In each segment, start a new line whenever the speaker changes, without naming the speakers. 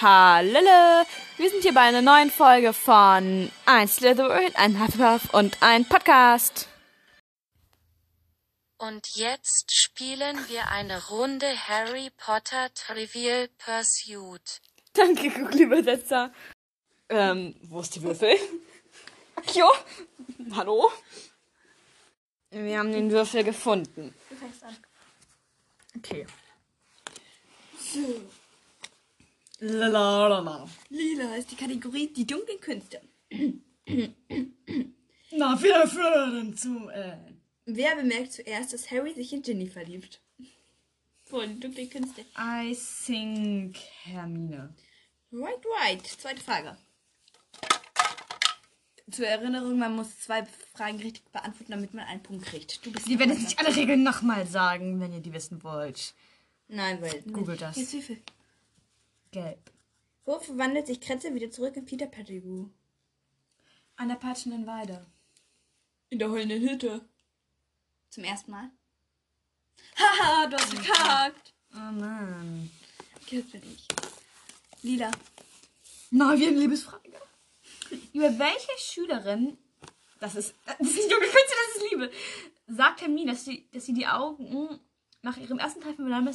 Hallöle! Wir sind hier bei einer neuen Folge von ein Slytherin, ein Hufflepuff und ein Podcast.
Und jetzt spielen wir eine Runde Harry Potter Trivial Pursuit.
Danke, Google-Übersetzer. Ähm, wo ist die Würfel? Jo, hallo? Wir haben den Würfel gefunden.
Okay.
Lalalala.
Lila ist die Kategorie die dunklen Künste.
Na, wir führen zum äh,
Wer bemerkt zuerst, dass Harry sich in Ginny verliebt? Von dunklen Künste.
I think Hermine.
Right, right. Zweite Frage. Zur Erinnerung, man muss zwei Fragen richtig beantworten, damit man einen Punkt kriegt. Du bist
Sie werden jetzt nicht alle Regeln nochmal sagen, wenn ihr die wissen wollt.
Nein, weil.
Google das.
Jetzt wie viel?
Gelb.
Wo verwandelt sich Kretze wieder zurück in Peter Pettigrew?
An der peitschenden Weide.
In der heulenden Hütte. Zum ersten Mal? Haha, du hast verkackt.
Oh Mann.
Okay, das bin ich. Lila.
Na, wie eine Liebesfrage. Über welche Schülerin, das ist, das ist nicht dunkle Künste, das ist Liebe, sagt Hermine, dass sie, dass sie die Augen nach ihrem ersten Teil von Madame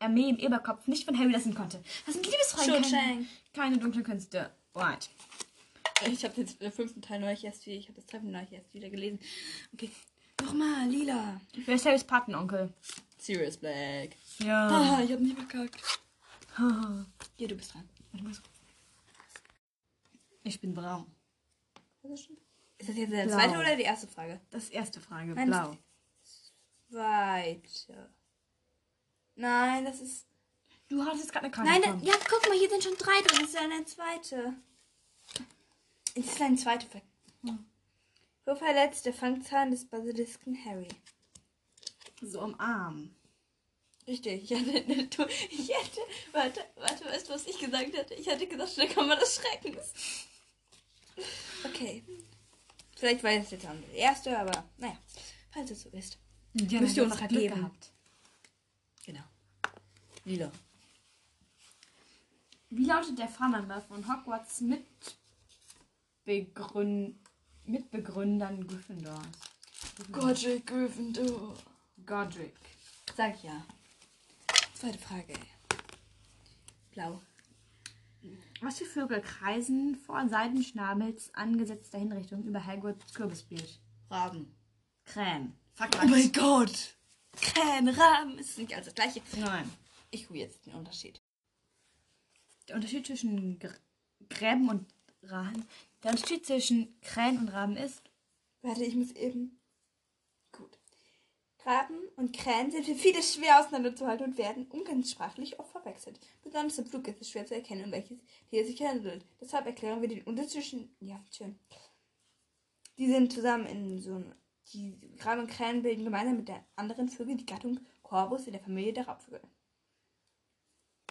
Armee im Eberkopf nicht von Harry lassen konnte. Das sind Liebesfragen, keine,
Shawshank.
keine dunklen Künste. Right.
Ich habe den äh, fünften Teil neulich erst wieder, ich habe das Treffen neulich erst wieder gelesen. Okay. Nochmal, lila.
Wer ist Harrys Patenonkel?
Serious Black.
Ja.
Ah, ich habe nicht verkackt. Hier, du bist dran.
Ich bin braun.
Ist das jetzt der
Blau.
zweite oder die erste Frage?
Das ist erste Frage.
Nein, das-
Blau.
Zweite. Nein, das ist.
Du hattest gerade eine Karte.
Nein, da,
bekommen.
ja, guck mal, hier sind schon drei drin. Das ist ja eine zweite. Das ist eine zweite Frage. Wo verletzt der Fangzahn des Basilisken Harry?
so am Arm.
Richtig, ich hätte, du- ich hätte, warte, warte, weißt du, was ich gesagt hätte? Ich hätte gesagt, Schreckkammer des Schreckens. Okay. Vielleicht war jetzt jetzt auch der erste, aber naja, falls es so ist.
Die
Müsst ihr uns
einfach
geben. Genau. Lila.
Wie lautet der Vorname von Hogwarts mit Begrün Mitbegründern Gryffindors?
Godric Gryffindor.
Godric.
Sag ich ja. Zweite Frage. Blau.
Was für Vögel kreisen vor Seidenschnabels angesetzter Hinrichtung über Hagrids Kürbisbild?
Raben.
Krähen.
Oh mein Gott. Kein Raben. Ist nicht alles das gleiche.
Nein.
Ich gucke jetzt den Unterschied.
Der Unterschied zwischen Gr Gräben und Rahen. Der Unterschied zwischen Krähen und Raben ist,
Warte, ich muss eben. Gut. Graben und Krähen sind für viele schwer auseinanderzuhalten und werden umgangssprachlich oft verwechselt. Besonders im Flug ist es schwer zu erkennen, um welches Tier es sich handelt. Deshalb erklären wir den Unterschied zwischen. Ja, schön. Die sind zusammen in so einem. Die Graben und Krähen bilden gemeinsam mit der anderen Vögel die Gattung Corvus in der Familie der Raubvögel.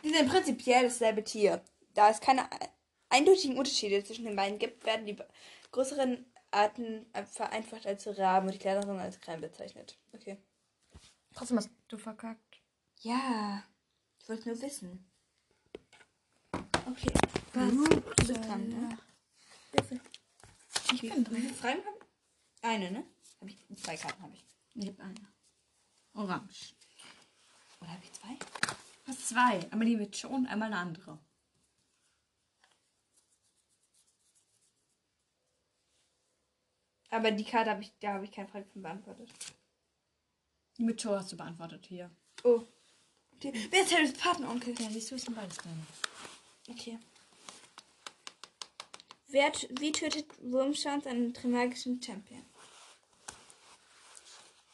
Sie sind prinzipiell dasselbe Tier. Da es keine eindeutigen Unterschiede zwischen den beiden gibt, werden die größeren Arten vereinfacht als Raben und die kleineren als Krähen bezeichnet. Okay.
trotzdem hast du verkackt.
Ja, ich wollte nur wissen. Okay. Du bist dran, ne?
Ich bin
Wie viele Fragen habe ich? Eine, ne? Hab ich, zwei Karten habe ich.
Ich hab eine. Orange.
Oder habe ich zwei?
Hast zwei. Einmal die mit schon, einmal eine andere.
Aber die Karte habe ich, da habe ich keine Frage von beantwortet.
Die mit Show hast du beantwortet hier.
Oh. Die, wer ist Harrys Patenonkel?
Ja, siehst du, es sind beides deine.
Okay. Wer, t- wie tötet Wurmschwanz einen trimagischen Champion?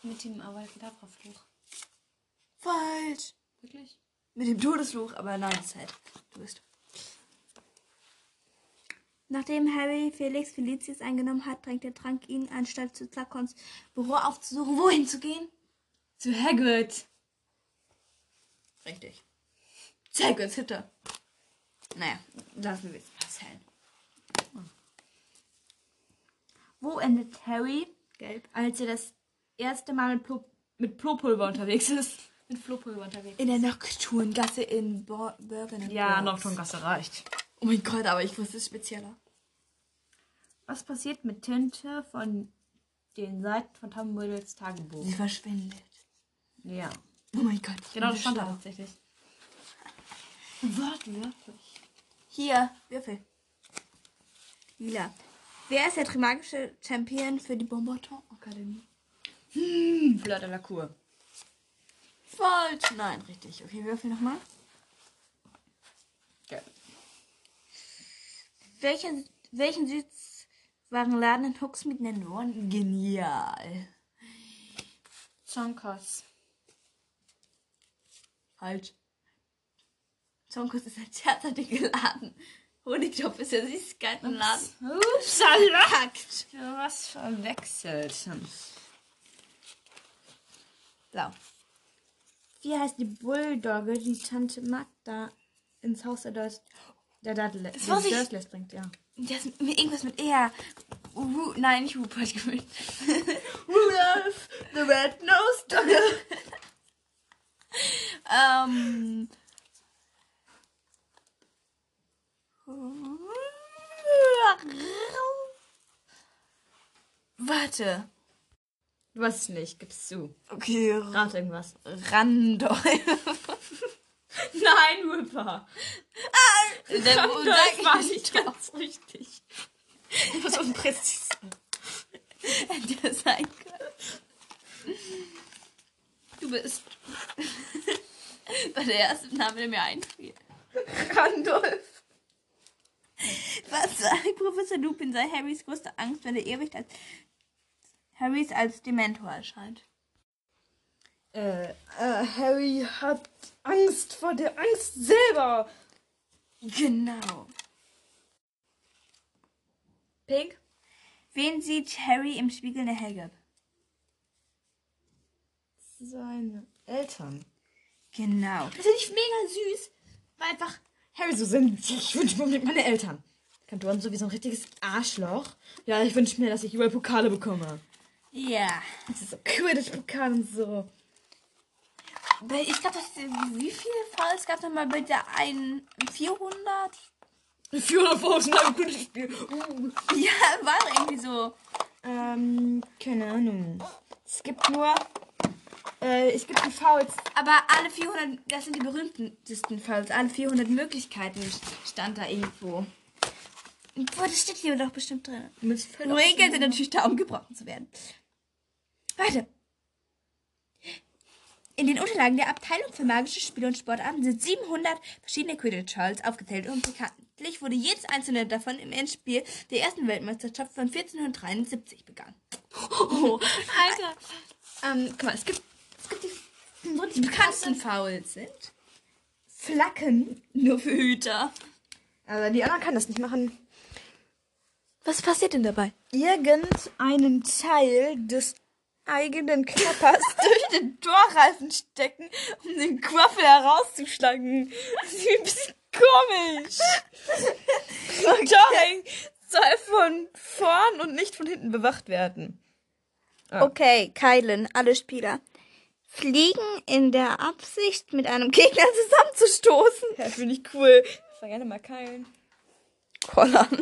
Mit dem Avalkadabra-Fluch.
Falsch.
Wirklich?
Mit dem Todesfluch, aber nein, ist halt. Du bist. Nachdem Harry Felix Felicius eingenommen hat, drängt der Trank ihn, anstatt zu Zakons Büro aufzusuchen, wohin zu gehen.
Zu Hagrid.
Richtig. Zeig uns Hütte. Naja, lassen wir es halt. passieren.
Wo endet Harry,
Gelb.
als er das erste Mal mit, Plo mit Plopulver unterwegs ist? mit Flohpulver unterwegs.
In der Nocturngasse in Bo- Bergen.
Ja, Nocturngasse reicht.
Oh mein Gott, aber ich wusste es spezieller.
Was passiert mit Tinte von den Seiten von Tom Riddles Tagebuch?
Sie verschwindet.
Ja.
Oh mein Gott. ich
Genau,
bin
das stand da
schlau.
tatsächlich. Wortwörtlich.
Hier, Würfel. Lila. Wer ist der trimagische Champion für die Bombarton Akademie?
Fleur de la Cour.
Falsch. Nein, richtig. Okay, Würfel nochmal.
Gelb.
Welchen, welchen Süßwarenladen in Huxmead nennen wollen? Genial.
Zonkos.
Falsch. Zonkos ist ein scherzartiger Laden. Honigtopf ist ja Süßigkeitenladen.
Ups, Allah.
Packt.
Was verwechselt. Hm.
Blau.
Wie heißt die Bulldogge, die Tante Magda ins Haus der Dörtles der Dudley-
weiß
der
ich.
Dudleys bringt? Ja.
Das, irgendwas mit
E
er. Ru Nein, nicht Rupert gewöhnt.
Rudolph, the red-nosed dog.
Ähm. Warte.
Du weißt es nicht, gib's zu.
Okay,
Rat irgendwas.
Randolph.
Nein, Ripper.
Der
Das war nicht ganz richtig.
Ich muss unpräzise hätte sein können. Du bist. war der erste Name, der mir einfiel.
Randolph.
Was sagt Professor Lupin sei Harrys größte Angst, wenn er ewig als Harrys als Dementor erscheint?
Äh, äh, Harry hat Angst vor der Angst selber.
Genau.
Pink?
Wen sieht Harry im Spiegel der Helge?
Seine Eltern.
Genau.
Das finde ich mega süß, weil einfach Harry so sind. Ich wünsche mir unbedingt meine Eltern. Kantoren so wie so ein richtiges Arschloch. Ja, ich wünsche mir, dass ich überall Pokale bekomme.
Ja.
Das ist so Quidditch-Pokal und so.
Weil Ich glaube, wie viele Falls gab es nochmal bei der einen 400?
400.000 Euro Quidditch-Spiel. Uh.
Ja, war doch irgendwie so.
Ähm, keine Ahnung. Es gibt nur. Äh, es gibt die Fouls.
Aber alle 400, das sind die berühmtesten Falls. Alle 400 Möglichkeiten stand da irgendwo. Boah, das steht hier doch bestimmt drin.
Mit Fell-
Regeln sind natürlich da, um gebrochen zu werden. Weiter. In den Unterlagen der Abteilung für magische Spiele und Sportarten sind 700 verschiedene Quidditch-Halls aufgezählt und bekanntlich wurde jedes einzelne davon im Endspiel der ersten Weltmeisterschaft von 1473 begangen. Oh,
Alter. Ähm, guck mal, es gibt
es gibt die, die bekanntesten Fouls sind
Flacken.
nur für Hüter.
Aber die anderen können das nicht machen.
Was passiert denn dabei?
Irgendeinen Teil des eigenen Körpers
Durch den Torreifen stecken, um den Quaffel herauszuschlagen. Das ist ein bisschen komisch.
Joring soll von vorn und nicht von hinten bewacht werden.
Okay, Keilen, alle Spieler. Fliegen in der Absicht, mit einem Gegner zusammenzustoßen.
Ja, finde ich cool. Ich war gerne mal keilen.
Kollern.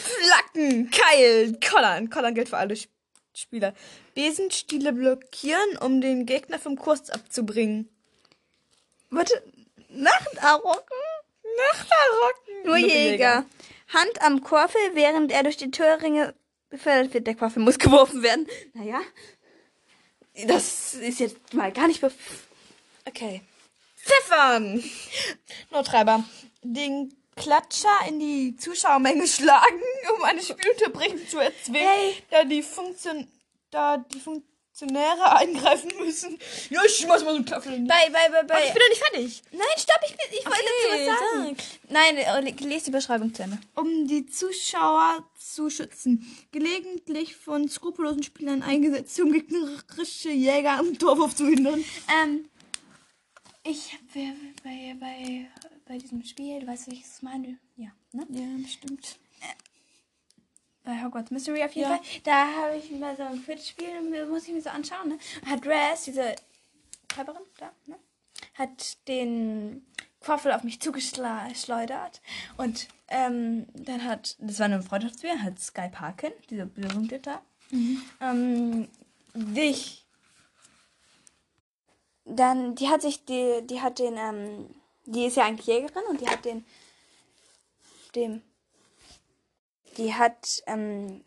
Flacken, keilen, kollern. Kollern gilt für alle Sp- Spieler. Besenstiele blockieren, um den Gegner vom Kurs abzubringen.
Warte, Nachtarocken?
Nachtarocken.
Nur Jäger. Hand am Quaffel, während er durch die Türringe befördert wird. Der Quaffel muss geworfen werden. Naja. Das ist jetzt mal gar nicht bef
Okay. Pfeffern. Notreiber. Den Klatscher in die Zuschauermenge schlagen, um eine Spielunterbrechung zu erzwingen, da, die Funktion da die Funktionäre eingreifen müssen. Ja, ich schmeiß mal so einen Klatscher. in die-
Bye, bye, bye,
Aber
bye.
ich bin doch nicht fertig.
Nein, stopp, ich, bin, ich wollte
Okay,
dazu was sagen. Nein, äh, le- lese die Beschreibung zu Ende.
um die Zuschauer zu schützen. Gelegentlich von skrupellosen Spielern eingesetzt, um gegnerische Jäger am Torwurf zu hindern.
Ähm, ich hab äh, bei, bei, bei diesem Spiel, du weißt, welches ich meine? Ja, ne? Äh,
Ja, stimmt.
Bei Hogwarts Mystery auf jeden
Ja.
Fall. Da habe ich mal so ein Quiz-Spiel, muss ich mir so anschauen, ne? Hat Raz, diese Schreiberin da, ne? hat den Quaffel auf mich zugeschleudert. Und ähm, dann hat, das war eine Freundschaftswehr, hat Sky Parkin, diese berühmte da, ähm, dich. Dann, die hat sich, die, die hat den, ähm, die ist ja eigentlich Jägerin und die hat den, dem, die hat, ähm,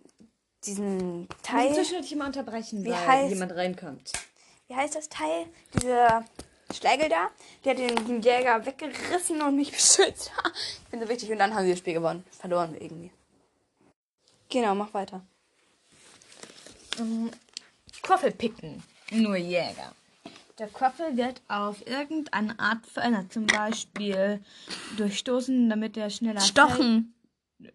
diesen Teil.
zwischendurch mal unterbrechen,
Wie
weil
heißt-
jemand reinkommt.
wie heißt das Teil? Diese Schlägel da. Der hat den, den Jäger weggerissen und mich beschützt. ich bin so wichtig. Und dann haben sie das Spiel gewonnen. Verloren wir irgendwie. Genau, mach weiter.
Quaffel Mm, picken. Nur Jäger. Der Quaffel wird auf irgendeine Art verändert. Zum Beispiel durchstoßen, damit er schneller fällt.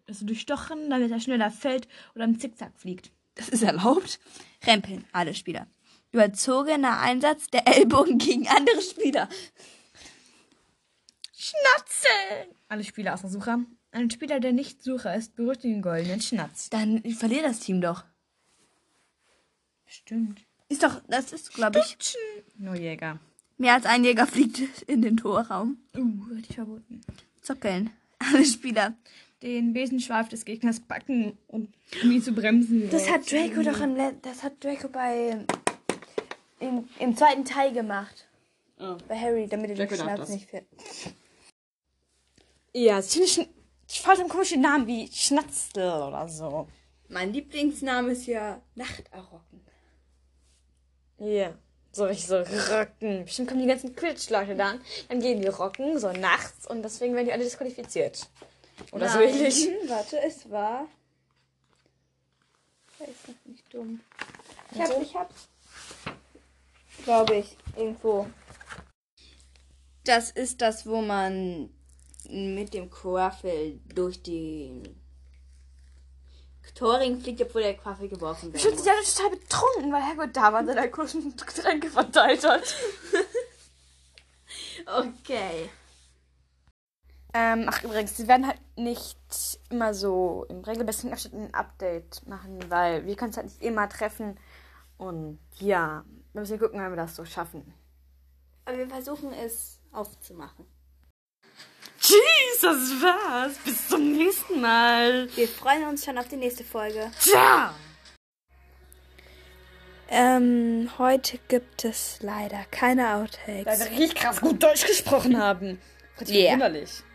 Also durchstochen, damit er schneller fällt oder im Zickzack fliegt.
Das ist erlaubt. Rempeln. Alle Spieler. Überzogener Einsatz der Ellbogen gegen andere Spieler.
Schnatzeln! Alle Spieler außer Sucher. Ein Spieler, der nicht Sucher ist, berührt den goldenen Schnatz.
Dann verliert das Team doch.
Stimmt.
Ist doch, das ist, glaube ich,
Nur Jäger.
mehr als ein Jäger fliegt in den Torraum.
Uh, hätte ich verboten.
Zockeln. Alle Spieler.
Den Besenschweif des Gegners packen und um ihn zu bremsen.
Das hat Draco doch im Let das hat Draco bei im, im zweiten Teil gemacht.
Oh.
Bei Harry, damit er den
Draco darf
Schnaps
das.
nicht fährt.
Ja, ich finde Schn- ich fand einen komischen Namen wie Schnatzel oder so.
Mein Lieblingsname ist ja Nachtarocken.
Ja. So richtig so Rocken. Bestimmt kommen die ganzen Quidditch-Leute dann. Dann gehen die Rocken so nachts und deswegen werden die alle disqualifiziert. Oder so ähnlich.
Hm, Warte, es war. Da ist noch nicht dumm. Ich hab, ich hab's. Glaube ich, irgendwo. Das ist das, wo man mit dem Quaffel durch die. Toring fliegt, obwohl der Quaffel geworfen wird.
Stimmt, die haben total betrunken, weil Herrgott da war und seine komischen Getränke verteilt hat.
Okay.
Ähm, ach übrigens, sie werden halt nicht immer so im regelmäßigen Abschnitt ein Update machen, weil wir können es halt nicht immer treffen. Und ja, wir müssen gucken, wenn wir das so schaffen.
Aber wir versuchen es aufzumachen.
Tschüss, das war's. Bis zum nächsten Mal.
Wir freuen uns schon auf die nächste Folge.
Ciao.
Ähm, heute gibt es leider keine Outtakes.
Weil wir richtig krass gut Deutsch gesprochen haben. Richtig
Yeah.
wunderlich.